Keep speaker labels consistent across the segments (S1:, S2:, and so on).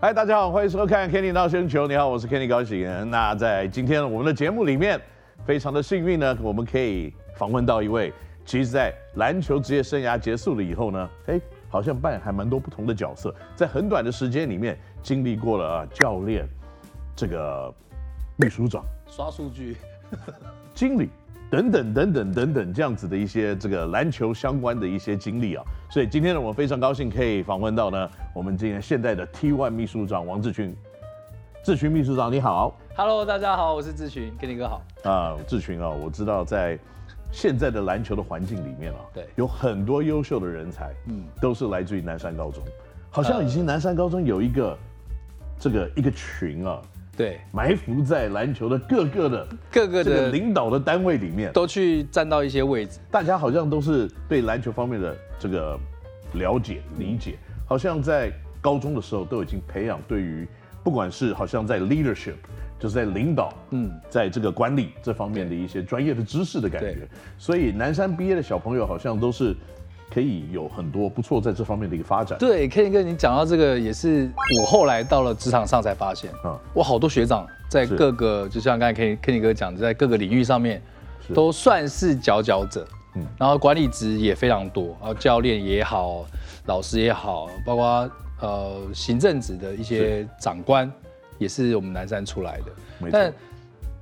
S1: 嗨，大家好，欢迎收看《Kenny 闹星球》。你好，我是 Kenny 高喜人。那在今天我们的节目里面，非常的幸运呢，我们可以访问到一位，其实，在篮球职业生涯结束了以后呢，哎，好像扮演还蛮多不同的角色，在很短的时间里面，经历过了啊教练、这个秘书长、
S2: 刷数据，
S1: 经理等等等等等等这样子的一些这个篮球相关的一些经历啊。所以今天呢，我们非常高兴可以访问到呢，我们今天现在的 T1 秘书长王志群。志群秘书长你好，
S2: Hello，大家好，我是志群，跟你哥好。
S1: 啊，志群啊，我知道在现在的篮球的环境里面啊，
S2: 对
S1: 有很多优秀的人才，嗯
S2: 嗯，
S1: 都是来自于南山高中，好像已经南山高中有一个、这个一个群啊，
S2: 对，
S1: 埋伏在篮球的各个的
S2: 各个
S1: 这个
S2: 的
S1: 领导的单位里面，
S2: 都去占到一些位置。
S1: 大家好像都是对篮球方面的这个了解理解，好像在高中的时候都已经培养对于不管是好像在 leadership，就是在领导，嗯，在这个管理这方面的一些专业的知识的感觉
S2: 对。
S1: 所以南山毕业的小朋友好像都是可以有很多不错在这方面的一个发展。
S2: 对，Kenny 哥，你讲到这个也是我后来到了职场上才发现，
S1: 嗯
S2: 我好多学长在
S1: 是
S2: 各个，就像刚才 Kenny Kenny 哥讲，的，在各个领域上面都算是佼佼者。
S1: 嗯
S2: 然后管理职也非常多，然后教练也好，老师也好，包括呃行政职的一些长官，也是我们南山出来的。
S1: 没错
S2: 但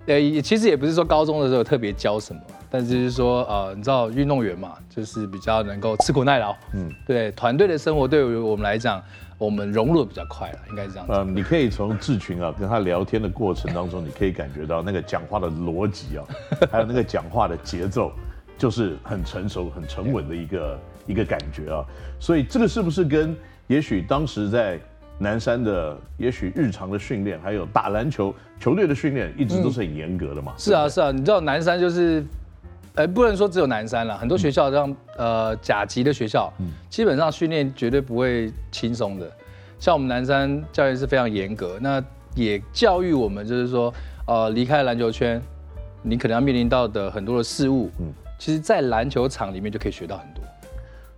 S2: 呃，也其实也不是说高中的时候特别教什么，但就是说，呃，你知道运动员嘛，就是比较能够吃苦耐劳，嗯，对，团队的生活对于我们来讲，我们融入的比较快了，应该是这样子。
S1: 嗯，你可以从志群啊跟他聊天的过程当中，你可以感觉到那个讲话的逻辑 啊，还有那个讲话的节奏，就是很成熟、很沉稳的一个一个感觉啊。所以这个是不是跟也许当时在南山的也许日常的训练，还有打篮球球队的训练，一直都是很严格的嘛？
S2: 是啊，是啊，你知道南山就是，呃，不能说只有南山了，很多学校像、呃甲级的学校，基本上训练绝对不会轻松的。像我们南山教练是非常严格，那也教育我们，就是说，呃，离开篮球圈，你可能要面临到的很多的事物，嗯，其实，在篮球场里面就可以学到很多。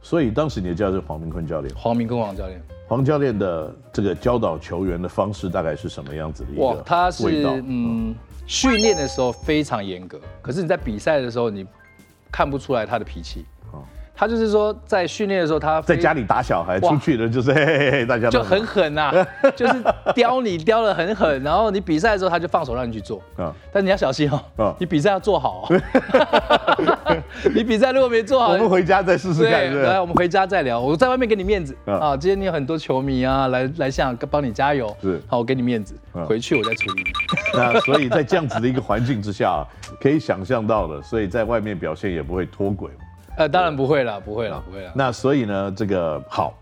S1: 所以当时你的教练是黄明坤教练，
S2: 黄明跟王教练，
S1: 黄教练的这个教导球员的方式大概是什么样子的一个味
S2: 哇
S1: 道？，
S2: 他是嗯，训练的时候非常严格，可是你在比赛的时候，你看不出来他的脾气。他就是说，哦在训练的时候，他
S1: 在
S2: 非
S1: 家里打小孩，
S2: 哇
S1: 出去的就是嘿嘿嘿，大家都
S2: 就很狠啊， 就是刁你刁的很狠，然后你比赛的时候他就放手让你去做。
S1: 啊。
S2: 但你要小心哦、
S1: 嗯
S2: 你比赛要做好、 哦。你比赛如果没做好，
S1: 我们回家再试试看，
S2: 对，
S1: 是不
S2: 来
S1: 是？
S2: 我们回家再聊。我在外面给你面子、
S1: 嗯
S2: 啊，今天你有很多球迷啊，来来想帮你加油，
S1: 是
S2: 好，我给你面子，
S1: 嗯
S2: 回去我再处理你。
S1: 那所以在这样子的一个环境之下，可以想象到的，所以在外面表现也不会脱轨。
S2: 呃，当然不会啦，不会啦，不会啊啦。
S1: 那所以呢，这个好，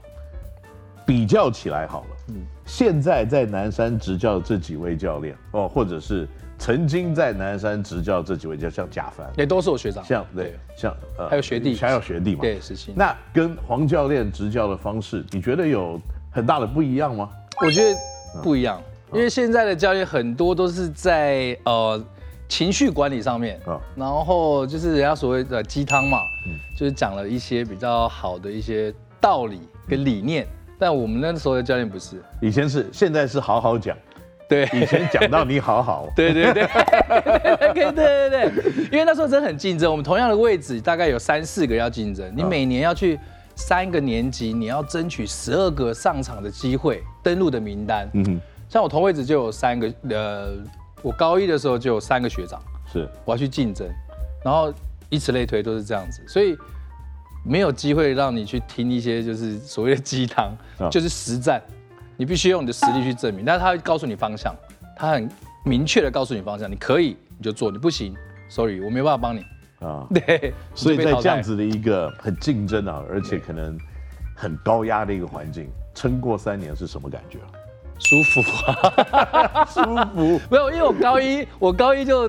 S1: 比较起来好了。
S2: 嗯
S1: 现在在南山执教这几位教练哦，或者是曾经在南山执教这几位，就像贾凡，
S2: 也都是我学长，
S1: 像对，像呃
S2: 还有学弟
S1: 还有学弟嘛。
S2: 对，。是新。
S1: 那跟黄教练执教的方式，你觉得有很大的不一样吗？
S2: 我觉得不一样，
S1: 嗯
S2: 因为现在的教练很多都是在呃情绪管理上面，
S1: 啊
S2: 然后就是人家所谓的鸡汤嘛，
S1: 嗯
S2: 就是讲了一些比较好的一些道理跟理念，但我们那时候的教练不是，
S1: 以前是，现在是好好讲，
S2: 对，
S1: 以前讲到你好好，
S2: 对对对， 对对对对，因为那时候真的很竞争，我们同样的位置大概有三四个要竞争，你每年要去三个年级，你要争取十二个上场的机会，登录的名单。
S1: 嗯哼，
S2: 像我同位置就有三个，呃，我高一的时候就有三个学长，
S1: 是。
S2: 我要去竞争，然后以此类推都是这样子，所以没有机会让你去听一些就是所谓的鸡汤
S1: 啊，
S2: 就是实战，你必须用你的实力去证明。但是他会告诉你方向，他很明确的告诉你方向，你可以你就做，你不行，sorry，我没办法帮你。
S1: 啊，
S2: 对，
S1: 所以
S2: 你就被
S1: 在
S2: 淘汰
S1: 这样子的一个很竞争啊，而且可能很高压的一个环境，撑过三年是什么感觉啊？
S2: 舒服啊，
S1: 舒服。
S2: 没有，因为我高一，我高一就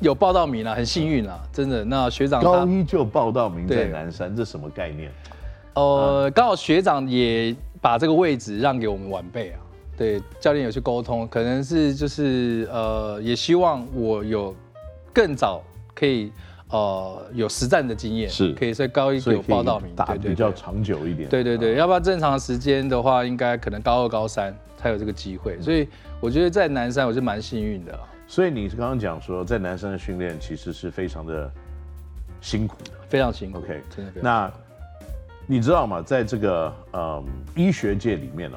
S2: 有报到名了，啊很幸运啦，真的。那学长
S1: 高
S2: 他
S1: 一就报到名在
S2: 对
S1: 南山，这什么概念？啊
S2: 呃，刚好学长也把这个位置让给我们晚辈啊。对，教练有去沟通，可能是就是呃，也希望我有更早可以呃有实战的经验，
S1: 是
S2: 可以在高一
S1: 所以
S2: 给我
S1: 可以
S2: 报到名，
S1: 打
S2: 对
S1: 比
S2: 对
S1: 较
S2: 对，
S1: 长久一点。啊
S2: 对对对，要不然正常时间的话，应该可能高二高三才有这个机会。
S1: 嗯
S2: 所以我觉得在南山我是蛮幸运的啦，
S1: 所以你刚刚讲说，在南山的训练其实是非常的辛苦的。
S2: 非常辛苦。
S1: OK，
S2: 真的非常。
S1: 那你知道吗？在这个嗯医学界里面哦，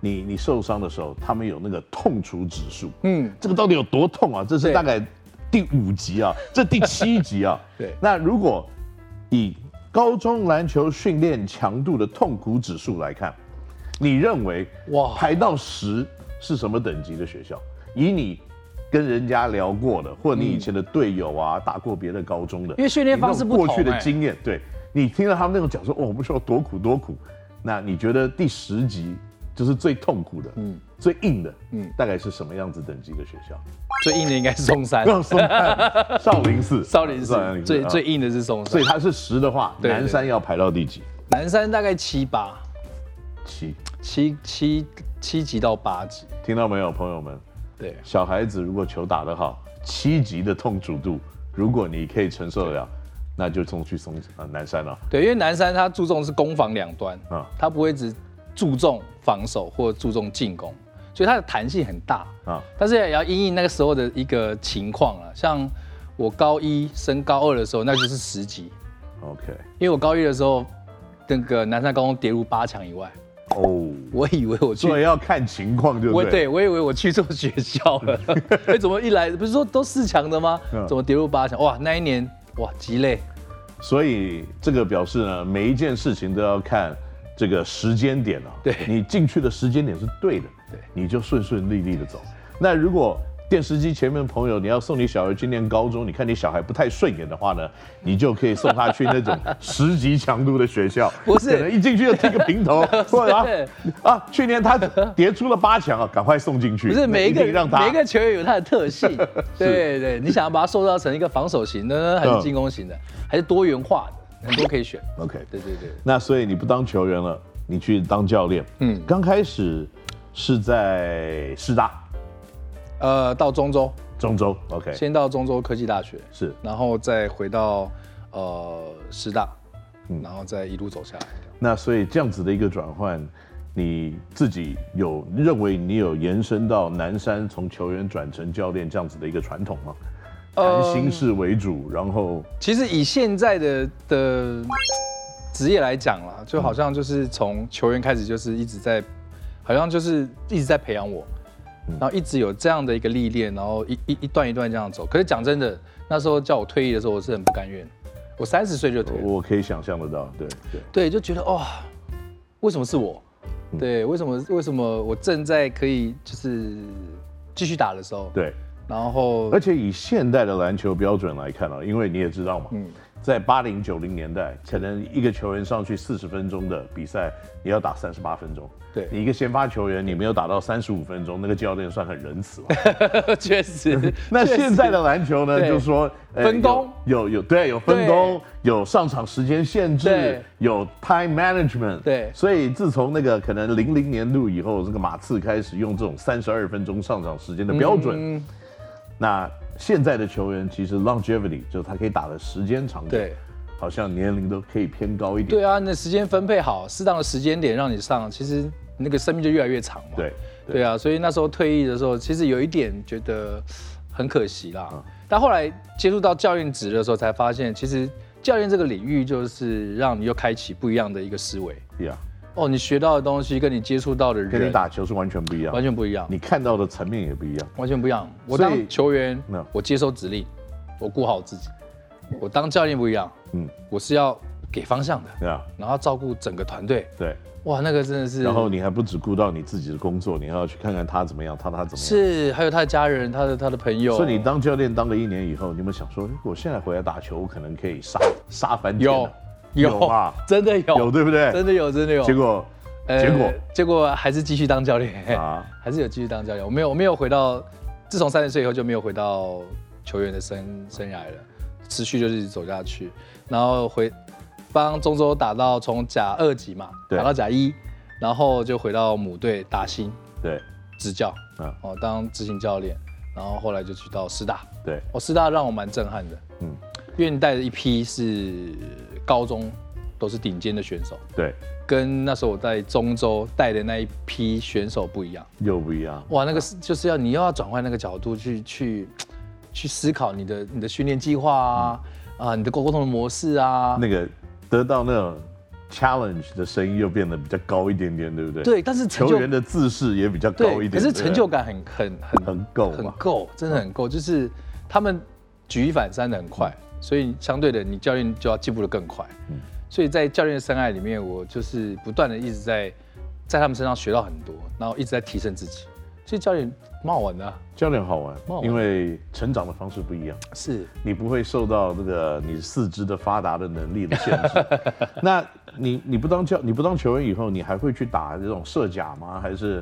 S1: 你你受伤的时候，他们有那个痛楚指数，
S2: 嗯，
S1: 这个到底有多痛啊？这是
S2: 对
S1: 大概第五集啊，这第七集啊。
S2: 对
S1: 那如果以高中篮球训练强度的痛苦指数来看，你认为
S2: 哇
S1: 排到十是什么等级的学校？以你跟人家聊过的，或你以前的队友啊，打过别的高中的，
S2: 嗯因为训练方式不
S1: 你那种过
S2: 同
S1: 去的
S2: 哎
S1: 经验，对你听到他们那种讲说，哦，我们学校多苦多苦，那你觉得第十集就是最痛苦的，嗯，最硬的，嗯，大概是什么样子等级的学 校？
S2: 最硬的应该是 松山
S1: 不，要松汉少林寺，
S2: 少林寺
S1: 啊
S2: 最最
S1: 啊
S2: 硬的是松
S1: 所
S2: 山
S1: 以，它是十的话，
S2: 对对对
S1: 南山要排到第几？
S2: 南山大概七八
S1: 七，
S2: 七七七级到八级，
S1: 听到没有，朋友们？
S2: 对，
S1: 小孩子如果球打得好，七级的痛楚度，如果你可以承受得了，那就送去松啊南山了。
S2: 对，因为南山它注重是攻防两端，
S1: 啊
S2: 啊，它不会只注重防守或注重进攻，所以它的弹性很大
S1: 啊
S2: 啊。但是也要因应那个时候的一个情况啊，像我高一升高二的时候，那就是十级，
S1: OK，
S2: 因为我高一的时候，那个南山高中跌入八强以外，
S1: 哦，
S2: 我以为我去
S1: 所以要看情况，对不
S2: 我
S1: 对？
S2: 对我以为我去错学校 了，哎、怎么一来不是说都四强的吗
S1: 嗯？
S2: 怎么跌入八强？哇，那一年哇极累，
S1: 所以这个表示呢，每一件事情都要看这个时间点啊。
S2: 对
S1: 你进去的时间点是对的，
S2: 对
S1: 你就顺顺利利的走。那如果电视机前面的朋友，你要送你小孩去念高中，你看你小孩不太顺眼的话 呢，你就可以送他去那种十级强度的学校，
S2: 不是
S1: 可能一进去就踢个平头， 或者啊啊，去年他跌出了八强啊，赶快送进去，
S2: 不是每一个
S1: 定让他
S2: 每一个球员有他的 特性，对对，你想要把它塑造成一个防守型的呢，还
S1: 嗯
S2: 是进攻型的，还是多元化的，很多可以选。
S1: OK。
S2: 对对对，
S1: 那所以你不当球员了，你去当教练。嗯
S2: 嗯，
S1: 刚开始是在师大
S2: 呃，到中州，
S1: 中州，OK，
S2: 先到中州科技大学，
S1: 是
S2: 然后再回到呃师大，
S1: 嗯
S2: 然后再一路走下来。
S1: 那所以这样子的一个转换，你自己有认为你有延伸到南山从球员转成教练这样子的一个传统吗？谈心事为主，然后
S2: 其实以现在的的职业来讲啦，就好像就是从球员开始，就是一直在，好像就是一直在培养我，
S1: 嗯
S2: 然后一直有这样的一个历练，然后一一一段一段这样走。可是讲真的，那时候叫我退役的时候，我是很不甘愿。我三十岁就退了，
S1: 我可以想象得到，对对，
S2: 对，就觉得哇、为什么是我？
S1: 嗯
S2: 对，为什么为什么我正在可以就是继续打的时候，
S1: 对。哎
S2: 然后
S1: 而且以现代的篮球标准来看啊，因为你也知道嘛，
S2: 嗯
S1: 在八零九零年代，可能一个球员上去四十分钟的比赛，也要打三十八分钟。
S2: 对
S1: 你一个先发球员，你没有打到三十五分钟，那个教练算很仁慈了。
S2: 确实，
S1: 那
S2: 确实
S1: 现在的篮球呢，
S2: 对
S1: 就是说呃
S2: 分工
S1: 有有有对有分工，有上场时间限制
S2: 对，
S1: 有 time management。
S2: 对
S1: 所以自从那个可能零零年度以后，这个马刺开始用这种三十二分钟上场时间的标
S2: 嗯
S1: 准，那现在的球员其实 longevity 就是他可以打的时间长久，
S2: 对。
S1: 好像年龄都可以偏高一点。
S2: 对啊，你的时间分配好，适当的时间点让你上，其实那个生命就越来越长嘛。
S1: 对
S2: 对啊，所以那时候退役的时候，其实有一点觉得很可惜啦。
S1: 嗯
S2: 但后来接触到教练职的时候，才发现其实教练这个领域就是让你又开启不一样的一个思维。
S1: 对呀，
S2: 哦，你学到的东西跟你接触到的
S1: 跟
S2: 人
S1: 你打球是完全不一样，
S2: 完全不一样，
S1: 你看到的层面也不一样。
S2: 完全不一样。我
S1: 所以
S2: 当球员
S1: 嗯，
S2: 我接受指令，我顾好自己；我当教练不一样，
S1: 嗯
S2: 嗯，我是要给方向的，
S1: 对啊，
S2: 然后照顾整个团队。
S1: 对。
S2: 哇，那个真的是，
S1: 然后你还不只顾到你自己的工作，你还要去看看他怎么样，他他怎么样。
S2: 是还有他的家人，他的他的朋友，
S1: 所以你当教练当了一年以后，你有没有想说，如果现在回来打球，我可能可以杀杀翻天
S2: 有
S1: 啊
S2: 有
S1: 有啊，
S2: 真的有，
S1: 有对不对？
S2: 真的有，真的有。
S1: 结果
S2: 呃
S1: 结果
S2: 结果还是继续当教练，
S1: 啊，
S2: 还是有继续当教练。我没有我没有回到，自从三十岁以后就没有回到球员的生生涯了，持续就是一直走下去，然后回帮中州打到从甲二级嘛，
S1: 对
S2: 打到甲一，然后就回到母队打新
S1: 对
S2: 执教，
S1: 嗯
S2: 哦当执行教练，然后后来就去到师大。
S1: 对
S2: 哦，师大让我蛮震撼的，
S1: 嗯
S2: 嗯，因为你带着一批是高中都是顶尖的选手，
S1: 对，
S2: 跟那时候我在中州带的那一批选手不一样。
S1: 又不一样。
S2: 哇，那个
S1: 嗯
S2: 是就是要你又要转换那个角度去去去思考你的你的训练计划啊、啊，你的沟通的模式啊。
S1: 嗯那个得到那种 challenge 的声音又变得比较高一点点，对不对？，
S2: 对，但是成
S1: 球
S2: 就
S1: 员的自视也比较高一
S2: 对，
S1: 点。
S2: 可是
S1: 对不对
S2: 成就感很很很
S1: 很够
S2: 很
S1: 嘛？嗯
S2: 够，真的很够，就是他们举一反三的很快，所以相对的你教练就要进步的更快。
S1: 嗯
S2: 所以在教练的深爱里面，我就是不断的一直在在他们身上学到很多，然后一直在提升自己。所以教练蛮好玩的啊、
S1: 教练好玩
S2: 蛮好，玩
S1: 因为成长的方式不一样。
S2: 是
S1: 你不会受到这个你四肢的发达的能力的限 制。那你你不当教你不当球员以后，你还会去打这种射甲吗？还是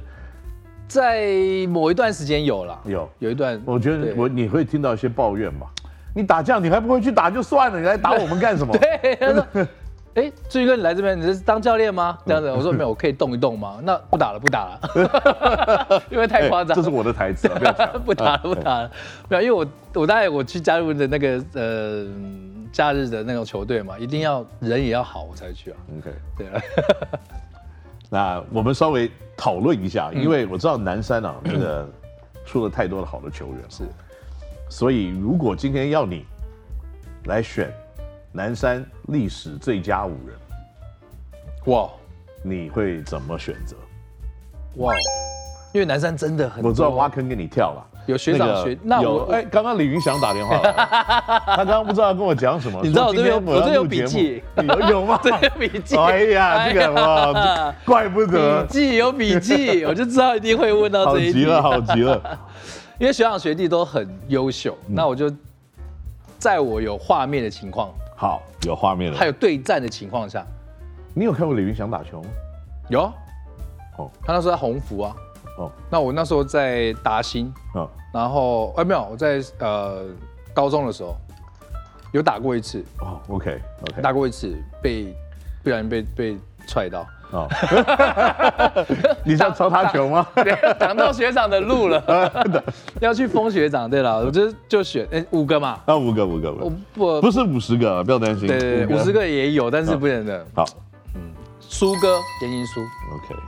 S2: 在某一段时间有啦，
S1: 有？
S2: 有一段，
S1: 我觉得
S2: 对
S1: 我你会听到一些抱怨吧。你打架你还不会去打就算了，你来打我们干什么？
S2: 对，他说，哎、志宇哥，你来这边，你是当教练吗？这样子，我说没有，我可以动一动吗？那不打了，不打 了， 因为太夸张
S1: 哎这
S2: 了
S1: 是。我的台词啊，不要抢
S2: 不打了，哎不打了，没有，因为我我大概我去加入的那个呃假日的那种球队嘛，一定要人也要好我才去啊。
S1: OK。
S2: 对啊，
S1: 那我们稍微讨论一下，
S2: 嗯
S1: 因为我知道南山 啊，这个出了太多的好的球员，啊
S2: 是，
S1: 所以如果今天要你来选南山历史最佳五人，
S2: 哇
S1: 你会怎么选择？
S2: 哇，因为南山真的很多
S1: 我知道挖坑给你跳了。
S2: 有学长学，那
S1: 有
S2: 我
S1: 哎，刚刚李云祥打电话来了，他刚刚不知道要跟我讲什么。
S2: 你知道
S1: 说今天
S2: 我这边有
S1: 要
S2: 我这边有
S1: 录节目
S2: 笔记，
S1: 有有 吗？
S2: 这个笔记，
S1: 哎呀，这个哇，怪不得
S2: 笔，记有 笔记，我就知道一定会问到
S1: 好
S2: 这一
S1: 极
S2: 题，
S1: 了，好极 了。
S2: 因为学长学弟都很优秀，
S1: 嗯
S2: 那我就在我有画面的情况，
S1: 好，有画面
S2: 还
S1: 了。
S2: 有对战的情况下，
S1: 你有看过李云祥打球吗？
S2: 有啊，
S1: 哦
S2: 他那时候在鸿福啊，
S1: 哦，
S2: 那我那时候在达兴，
S1: 嗯，
S2: 然后哎没有，我在呃高中的时候有打过一次，
S1: 哦，OK OK，
S2: 打过一次被不小心被被踹 到，
S1: 哦，你是要抄他球吗？
S2: 对挡到学长的 路了，要去封学长。对了，我就就选哎五个嘛，
S1: 啊，五个五个
S2: 我
S1: 五
S2: 不
S1: 个，嗯不是五十个嗯啊，不要担心，
S2: 对对对，五十个也有，但是不能的。
S1: 好
S2: 苏哥严英苏，
S1: ，OK。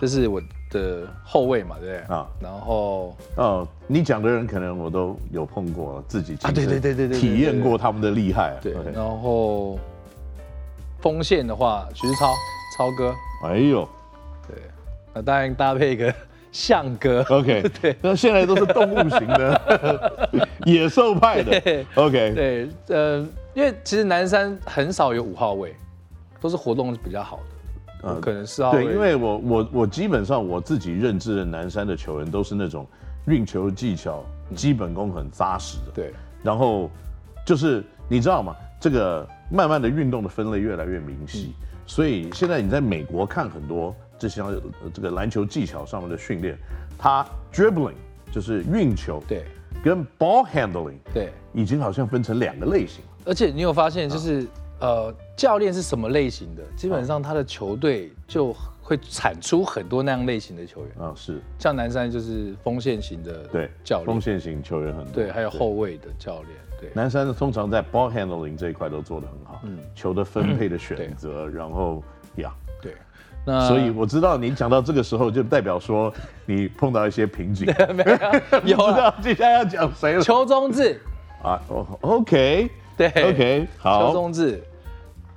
S2: 这是我的后卫嘛，对不对？
S1: 啊
S2: 然后
S1: 哦，你讲的人可能我都有碰过，自己亲
S2: 啊对对对对对
S1: 身
S2: 对
S1: 体验过他们的厉害啊。
S2: 对哦
S1: OK
S2: 嗯然后锋线的话，徐志超超哥，
S1: 哎呦
S2: 对，那当然搭配一个象哥，
S1: ，OK，
S2: 对
S1: 那现在都是动物型 的，野兽派的
S2: 对
S1: ，OK，
S2: 对，呃，因为其实南山很少有五号位，都是活动比较好的，
S1: 嗯
S2: 我可能四号位，
S1: 对，因为我我我基本上我自己认知的南山的球员都是那种运球技巧、基本功很扎实的，
S2: 嗯对
S1: 然后就是你知道吗？这个慢慢的运动的分类越来越明晰，
S2: 嗯
S1: 所以现在你在美国看很多这些呃这个篮球技巧上面的训练，它 dribbling 就是运球，，
S2: 对
S1: 跟 ball handling
S2: 对，
S1: 已经好像分成两个类型了。
S2: 而且你有发现就是、
S1: 嗯
S2: 呃，教练是什么类型的，基本上他的球队就会产出很多那样类型的球员，
S1: 啊，是
S2: 像南山就是锋线型的
S1: 对，
S2: 教
S1: 锋
S2: 练，
S1: 线型球员很多，
S2: 对，还有后卫的教练，对。
S1: 南山通常在 ball handling 这一块都做得很好，
S2: 嗯
S1: 球的分配的选择，然后呀。
S2: 对，那
S1: 所以我知道你讲到这个时候，就代表说你碰到一些瓶 颈，
S2: 有
S1: 不知
S2: 了
S1: 道接下来要讲谁了
S2: 邱中志，
S1: 啊哦？OK，
S2: 对
S1: OK，
S2: 邱
S1: 好，
S2: 中志，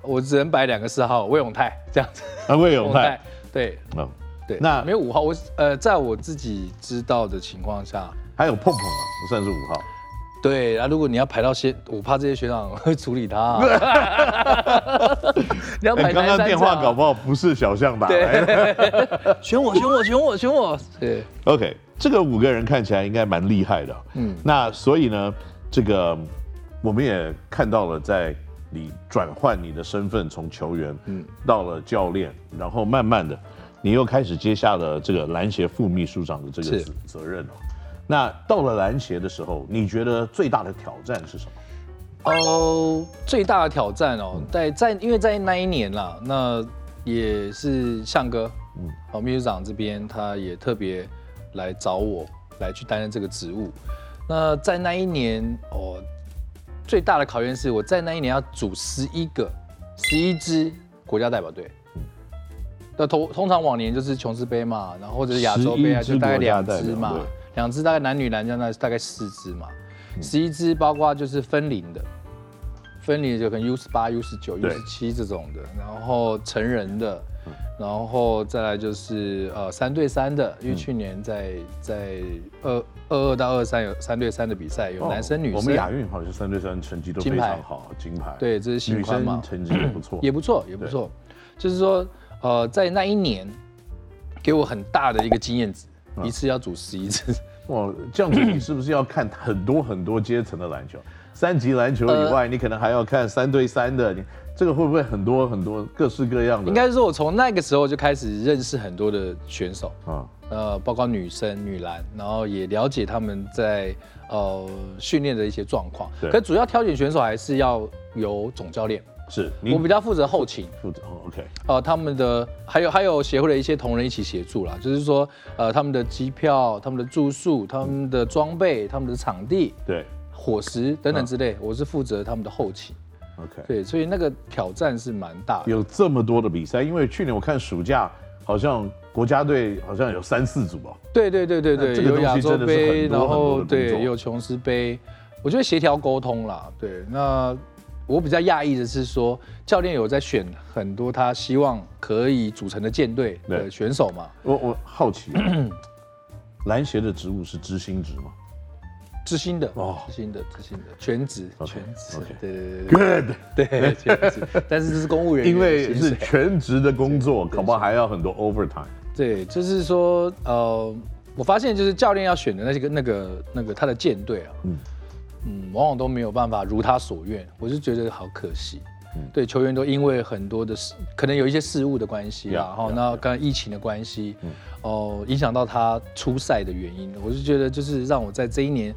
S2: 我只能摆两个四号，魏永泰这样子，
S1: 啊，魏永泰，，
S2: 对
S1: 嗯，
S2: 对，
S1: 那
S2: 没有五号，我呃，在我自己知道的情况下，
S1: 还有碰碰啊，不算是五号，
S2: 对，啊然后如果你要排到先，我怕这些学长会处理他啊， 你要
S1: 哎
S2: 排
S1: 刚刚
S2: 南山
S1: 电
S2: 这
S1: 话
S2: 样
S1: 搞不好不是小象打来的。
S2: 对， 选我选我选我选我，对，
S1: OK，这个五个人看起来应该蛮厉害的，嗯，那所以呢，这个我们也看到了，在你转换你的身份，从球员，嗯，到了教练，然后慢慢的，你又开始接下了这个篮协副秘书长的这个
S2: 是
S1: 责责任哦。那到了篮协的时候，你觉得最大的挑战是什么？
S2: 哦，最大的挑战哦，在在因为在那一年啦，那也是向哥，嗯，好，秘书长这边他也特别来找我来去担任这个职务。那在那一年哦，最大的考验是我在那一年要组十一个十一支国家代表队。
S1: 嗯
S2: 那通通常往年就是琼斯杯嘛，然后或者是亚洲杯啊，
S1: 11支
S2: 就大概两
S1: 国家代
S2: 支
S1: 表
S2: 嘛
S1: 对，
S2: 两支大概男女男将那大概四支嘛，
S1: 嗯
S2: 十一支包括就是分龄的，分龄的就可能 U 十八、U 十九、U
S1: 对嗯
S2: 十七这种的，然后成人的，然后再来就是呃三对三的，
S1: 嗯
S2: 因为去年在在二二二到二三有三对三的比赛，有男生女
S1: 哦我
S2: 生
S1: 们，亚运好像三对三成绩都非常好，金牌。
S2: 对，这是新
S1: 女
S2: 款嘛
S1: 生，成绩也不 错。
S2: 也不错，也不错。就是说，呃，在那一年，给我很大的一个经验值，
S1: 嗯
S2: 一次要组十一次。
S1: 哇，这样子你是不是要看很多很多阶层的篮球？
S2: 嗯
S1: 三级篮球
S2: 呃
S1: 以外，你可能还要看三对三的，你这个会不会很多很多各式各样的？
S2: 应该是说，我从那个时候就开始认识很多的选手，
S1: 啊，
S2: 呃，包括女生、女篮，然后也了解他们在呃训练的一些状况。
S1: 对
S2: 可主要挑选选手还是要由总教练，
S1: 是你
S2: 我比较负责后勤。
S1: 负责哦，OK，
S2: 呃，他们的还有还有协会的一些同仁一起协助啦，就是说，呃，他们的机票、他们的住宿、他们的装备、他们的场地、
S1: 对
S2: 伙食
S1: 嗯
S2: 等等之类，我是负责他们的后勤。
S1: ，OK。
S2: 对，所以那个挑战是蛮大的。
S1: 有这么多的比赛，因为去年我看暑假好像国家队好像有三四组啊吧，
S2: 对对对对
S1: 那这
S2: 对，
S1: 个
S2: 有亚
S1: 东西
S2: 洲
S1: 真的是
S2: 杯，
S1: 很多
S2: 然
S1: 很多
S2: 后
S1: 的工
S2: 对
S1: 作
S2: 有琼斯杯，我觉得协调沟通啦。对，那我比较讶异的是说，教练有在选很多他希望可以组成的舰队的
S1: 对
S2: 选手嘛，
S1: 我我好奇 啊，篮协的职务是知心职吗
S2: 知心的
S1: 哦
S2: 知心的知心的全职
S1: OK，
S2: 全职
S1: OK，
S2: 对对对对
S1: ？Good，
S2: 对，全职，但是这是公务人员
S1: 因
S2: 的
S1: 为
S2: 薪
S1: 是
S2: 水
S1: 全职的工 作，恐怕还要很多 overtime。
S2: 对，就是说，呃，我发现就是教练要选的那些个那个那个他的舰队啊，嗯
S1: 嗯
S2: 往往都没有办法如他所愿，我就觉得好可惜。
S1: 嗯
S2: 对球员都因为很多的事，可能有一些事务的关系啊，
S1: Yeah,
S2: 然后
S1: yeah, 嗯
S2: 那刚刚疫情的关系，哦、影响到他出赛的原因，我就觉得就是让我在这一年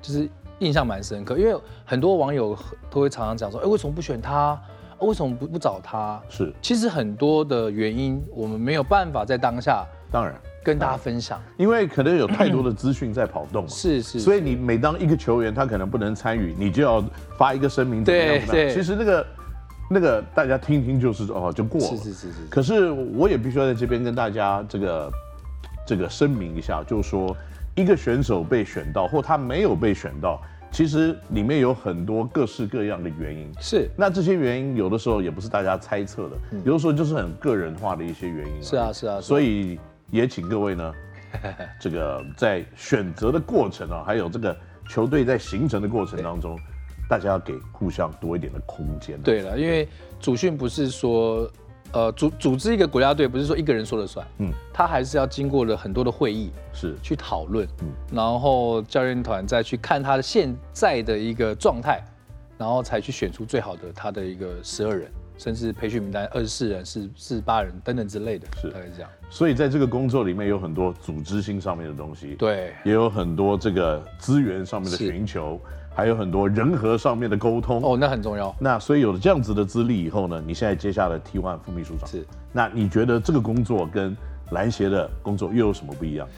S2: 就是印象蛮深刻，因为很多网友都会常常讲说，哎、为什么不选他？啊为什么不不找他？
S1: 是，
S2: 其实很多的原因，我们没有办法在当下
S1: 当然，
S2: 跟大家分享。
S1: 因为可能有太多的资讯在跑动嘛。
S2: 是是，
S1: 所
S2: 嗯以
S1: 以你每当一个球员他可能不能参与，你就要发一个声明怎么样
S2: 对
S1: 怎么样
S2: 对
S1: 其实那个那个大家听听就是哦就过了。
S2: 是是是是，
S1: 可是我也必须要在这边跟大家这个这个声明一下，就是说，一个选手被选到或他没有被选到，其实里面有很多各式各样的原因。
S2: 是
S1: 那这些原因有的时候也不是大家猜测的，有的时候就是很个人化的一些原因而已。
S2: 嗯是啊是啊是啊
S1: 所以也请各 位呢，这个在选择的过程啊，还有这个球队在形成的过程当中，大家要给互相多一点的空间。，啊
S2: 对了，因为主训不是说，呃，组组织一个国家队不是说一个人说了算，嗯
S1: 嗯，
S2: 他还是要经过了很多的会议
S1: 是
S2: 去讨论，然后教练团再去看他的现在的一个状态，然后才去选出最好的他的一个十二人，甚至培训名单二十四人、四四十八人等等之类的，
S1: 是
S2: 大概是这样。
S1: 所以在这个工作里面有很多组织性上面的东西，，
S2: 对，
S1: 也有很多这个资源上面的
S2: 是
S1: 寻求，还有很多人和上面的沟通。
S2: 哦，那很重要。
S1: 那所以有了这样子的资历以后呢，你现在接下了替换副秘书长，
S2: 是。
S1: 那你觉得这个工作跟篮协的工作又有什么不一样？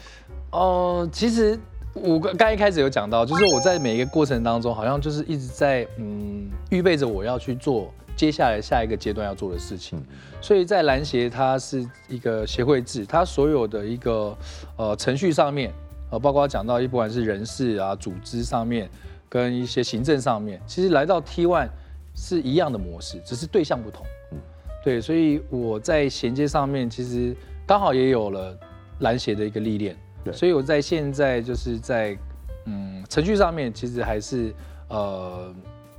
S2: 哦，其实我刚刚一开始有讲到，就是我在每一个过程当中，好像就是一直在嗯预备着我要去做接下来下一个阶段要做的事情。所以在篮协，它是一个协会制，它所有的一个呃程序上面，呃，包括讲到一不管是人事啊、组织上面，跟一些行政上面，其实来到 T one 是一样的模式，只是对象不同。对，所以我在衔接上面其实刚好也有了篮协的一个历练，
S1: 对
S2: 所以我在现在就是在嗯程序上面其实还是呃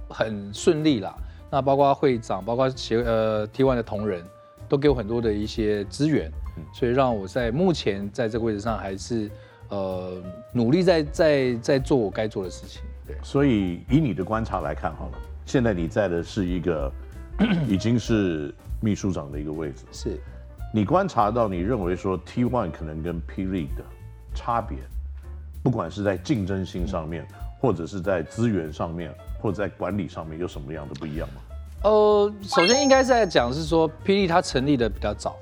S2: 很顺利啦。那包括会长，包括协呃 T one 的同仁，都给我很多的一些资源，所以让我在目前在这个位置上还是呃努力在在在做我该做的事情。对，
S1: 所以以你的观察来看，好了，现在你在的是一个已经是秘书长的一个位置，
S2: 是
S1: 你观察到你认为说 T One 可能跟 P League 的差别，不管是在竞争性上面，或者是在资源上面，或者在管理上面，有什么样的不一样吗？
S2: 呃，首先应该是在讲是说，霹雳它成立的比较早，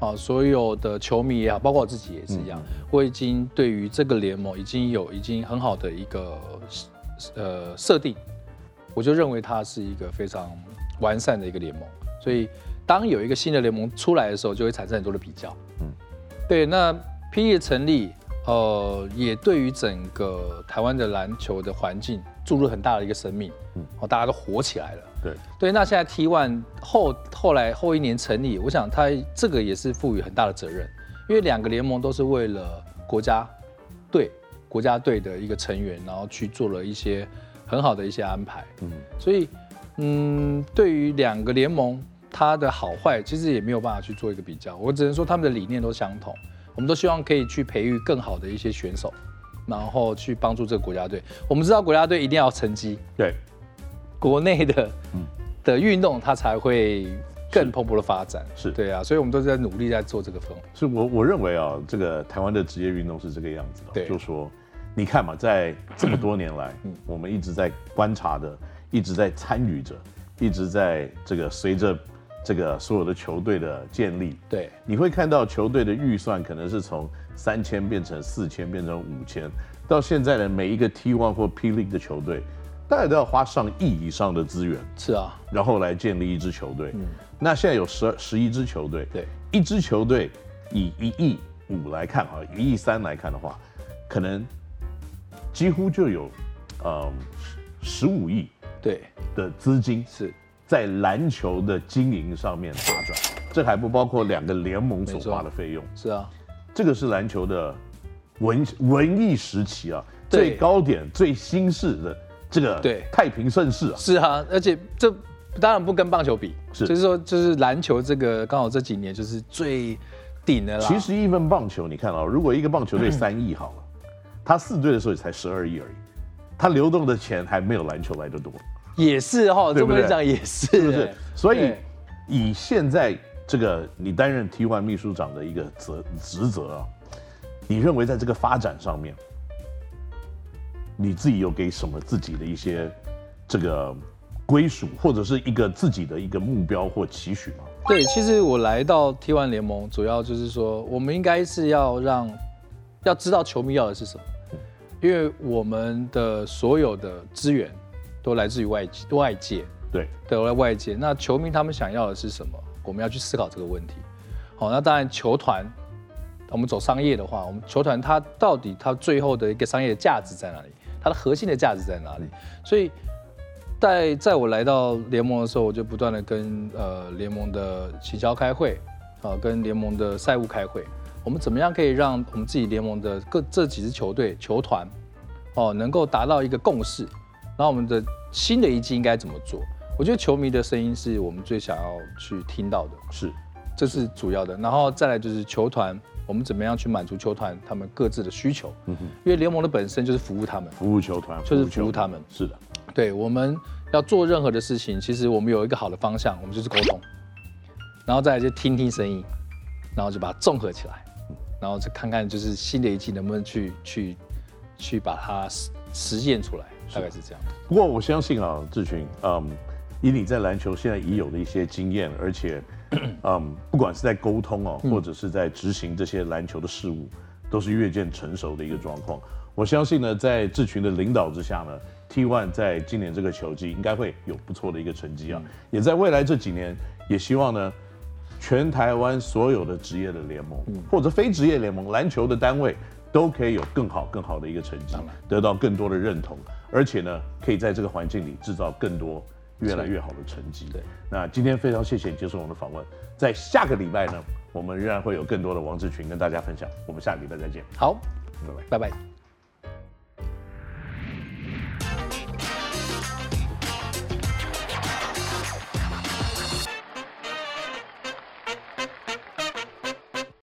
S2: 啊，所有的球迷也好，包括我自己也是一样，我已经对于这个联盟已经有已经很好的一个呃设定，我就认为它是一个非常完善的一个联盟，所以当有一个新的联盟出来的时候，就会产生很多的比较。
S1: 嗯
S2: 嗯，对。那 P E 的成立，呃，也对于整个台湾的篮球的环境注入很大的一个生命。
S1: 嗯
S2: 嗯，哦，大家都火起来了。
S1: 对，
S2: 对，那现在 T One 后后来后一年成立，我想他这个也是赋予很大的责任，因为两个联盟都是为了国家队、国家队的一个成员，然后去做了一些很好的一些安排。
S1: 嗯
S2: 所以，嗯，对于两个联盟它的好坏，其实也没有办法去做一个比较，我只能说他们的理念都相同，我们都希望可以去培育更好的一些选手，然后去帮助这个国家队。我们知道国家队一定要有成绩，
S1: 对，
S2: 国内的、
S1: 嗯
S2: 的运动，它才会更蓬勃的发展。
S1: 是
S2: 对啊，所以我们都在努力在做这个氛围。
S1: 是我我认为啊，这个台湾的职业运动是这个样子的，啊
S2: 对
S1: 就说你看嘛，在这么多年来，我们一直在观察的，一直在参与着，一直在这个随着这个所有的球队的建立，
S2: 对
S1: 你会看到球队的预算可能是从三千变成四千，变成五千，到现在的每一个 T1 或 P League 的球队，大概都要花上亿以上的资源，
S2: 是啊，
S1: 然后来建立一支球队。那现在有十十一支球队，
S2: 对，
S1: 一支球队以一亿五来看啊，一亿三来看的话，可能几乎就有呃十五亿
S2: 对，
S1: 的资金
S2: 是
S1: 在篮球的经营上面打转，这还不包括两个联盟所花的费用。
S2: 是啊，
S1: 这个是篮球的文文艺时期啊，
S2: 对
S1: 最高点、最新式的这个
S2: 对
S1: 太平盛世啊，
S2: 是啊，而且这当然不跟棒球比，
S1: 是
S2: 就是说就是篮球这个刚好这几年就是最顶的啦。
S1: 其实一份棒球，你看啊、如果一个棒球
S2: 嗯
S1: 队三亿好了，他四队的时候也才十二亿而已，他流动的钱还没有篮球来的多，
S2: 也是哈，
S1: 对
S2: 这
S1: 不
S2: 么
S1: 对
S2: 讲也是，
S1: 是不是
S2: 哎？
S1: 所以
S2: 对
S1: 以现在这个你担任 T1 秘书长的一个责职责啊，你认为在这个发展上面，你自己有给什么自己的一些这个归属，或者是一个自己的一个目标或期许吗？
S2: 对，其实我来到 T1 联盟，主要就是说，我们应该是要让要知道球迷要的是什么，因为我们的所有的资源都来自于外界外界，
S1: 对，
S2: 对，外外界。那球迷他们想要的是什么？我们要去思考这个问题。好，那当然球团，我们走商业的话，我们球团它到底它最后的一个商业的价值在哪里？它的核心的价值在哪里？所以。在在我来到联盟的时候，我就不断的跟呃联盟的行销开会，啊、跟联盟的赛务开会，我们怎么样可以让我们自己联盟的各这几支球队球团，哦，能够达到一个共识，然后我们的新的一季应该怎么做？我觉得球迷的声音是我们最想要去听到的，
S1: 是
S2: 这是主要的。然后再来就是球团，我们怎么样去满足球团他们各自的需求？因为联盟的本身就是服务他们，
S1: 服务球团，
S2: 就是
S1: 球
S2: 服务他
S1: 团
S2: 们
S1: 是的，
S2: 对我们要做任何的事情，其实我们有一个好的方向，我们就是沟通，然后再来就听听声音，然后就把它综合起来，然后再看看就是新的一季能不能去去去把它实实践出来，大概是这样。
S1: 不过我相信啊，志群，嗯，以你在篮球现在已有的一些经验，而且，嗯，不管是在沟通哦，或者是在执行这些篮球的事务，都是越见成熟的一个状况。我相信呢，在志群的领导之下呢，T1 在今年这个球季应该会有不错的一个成绩啊，也在未来这几年，也希望呢，全台湾所有的职业的联盟、
S2: 嗯
S1: 或者非职业联盟篮球的单位都可以有更好更好的一个成绩
S2: 当然，
S1: 得到更多的认同，而且呢，可以在这个环境里制造更多越来越好的成绩。
S2: 对，
S1: 那今天非常谢谢你接受我们的访问，在下个礼拜呢，我们仍然会有更多的王志群跟大家分享，我们下个礼拜再见，
S2: 好，
S1: 拜拜。
S2: 拜拜。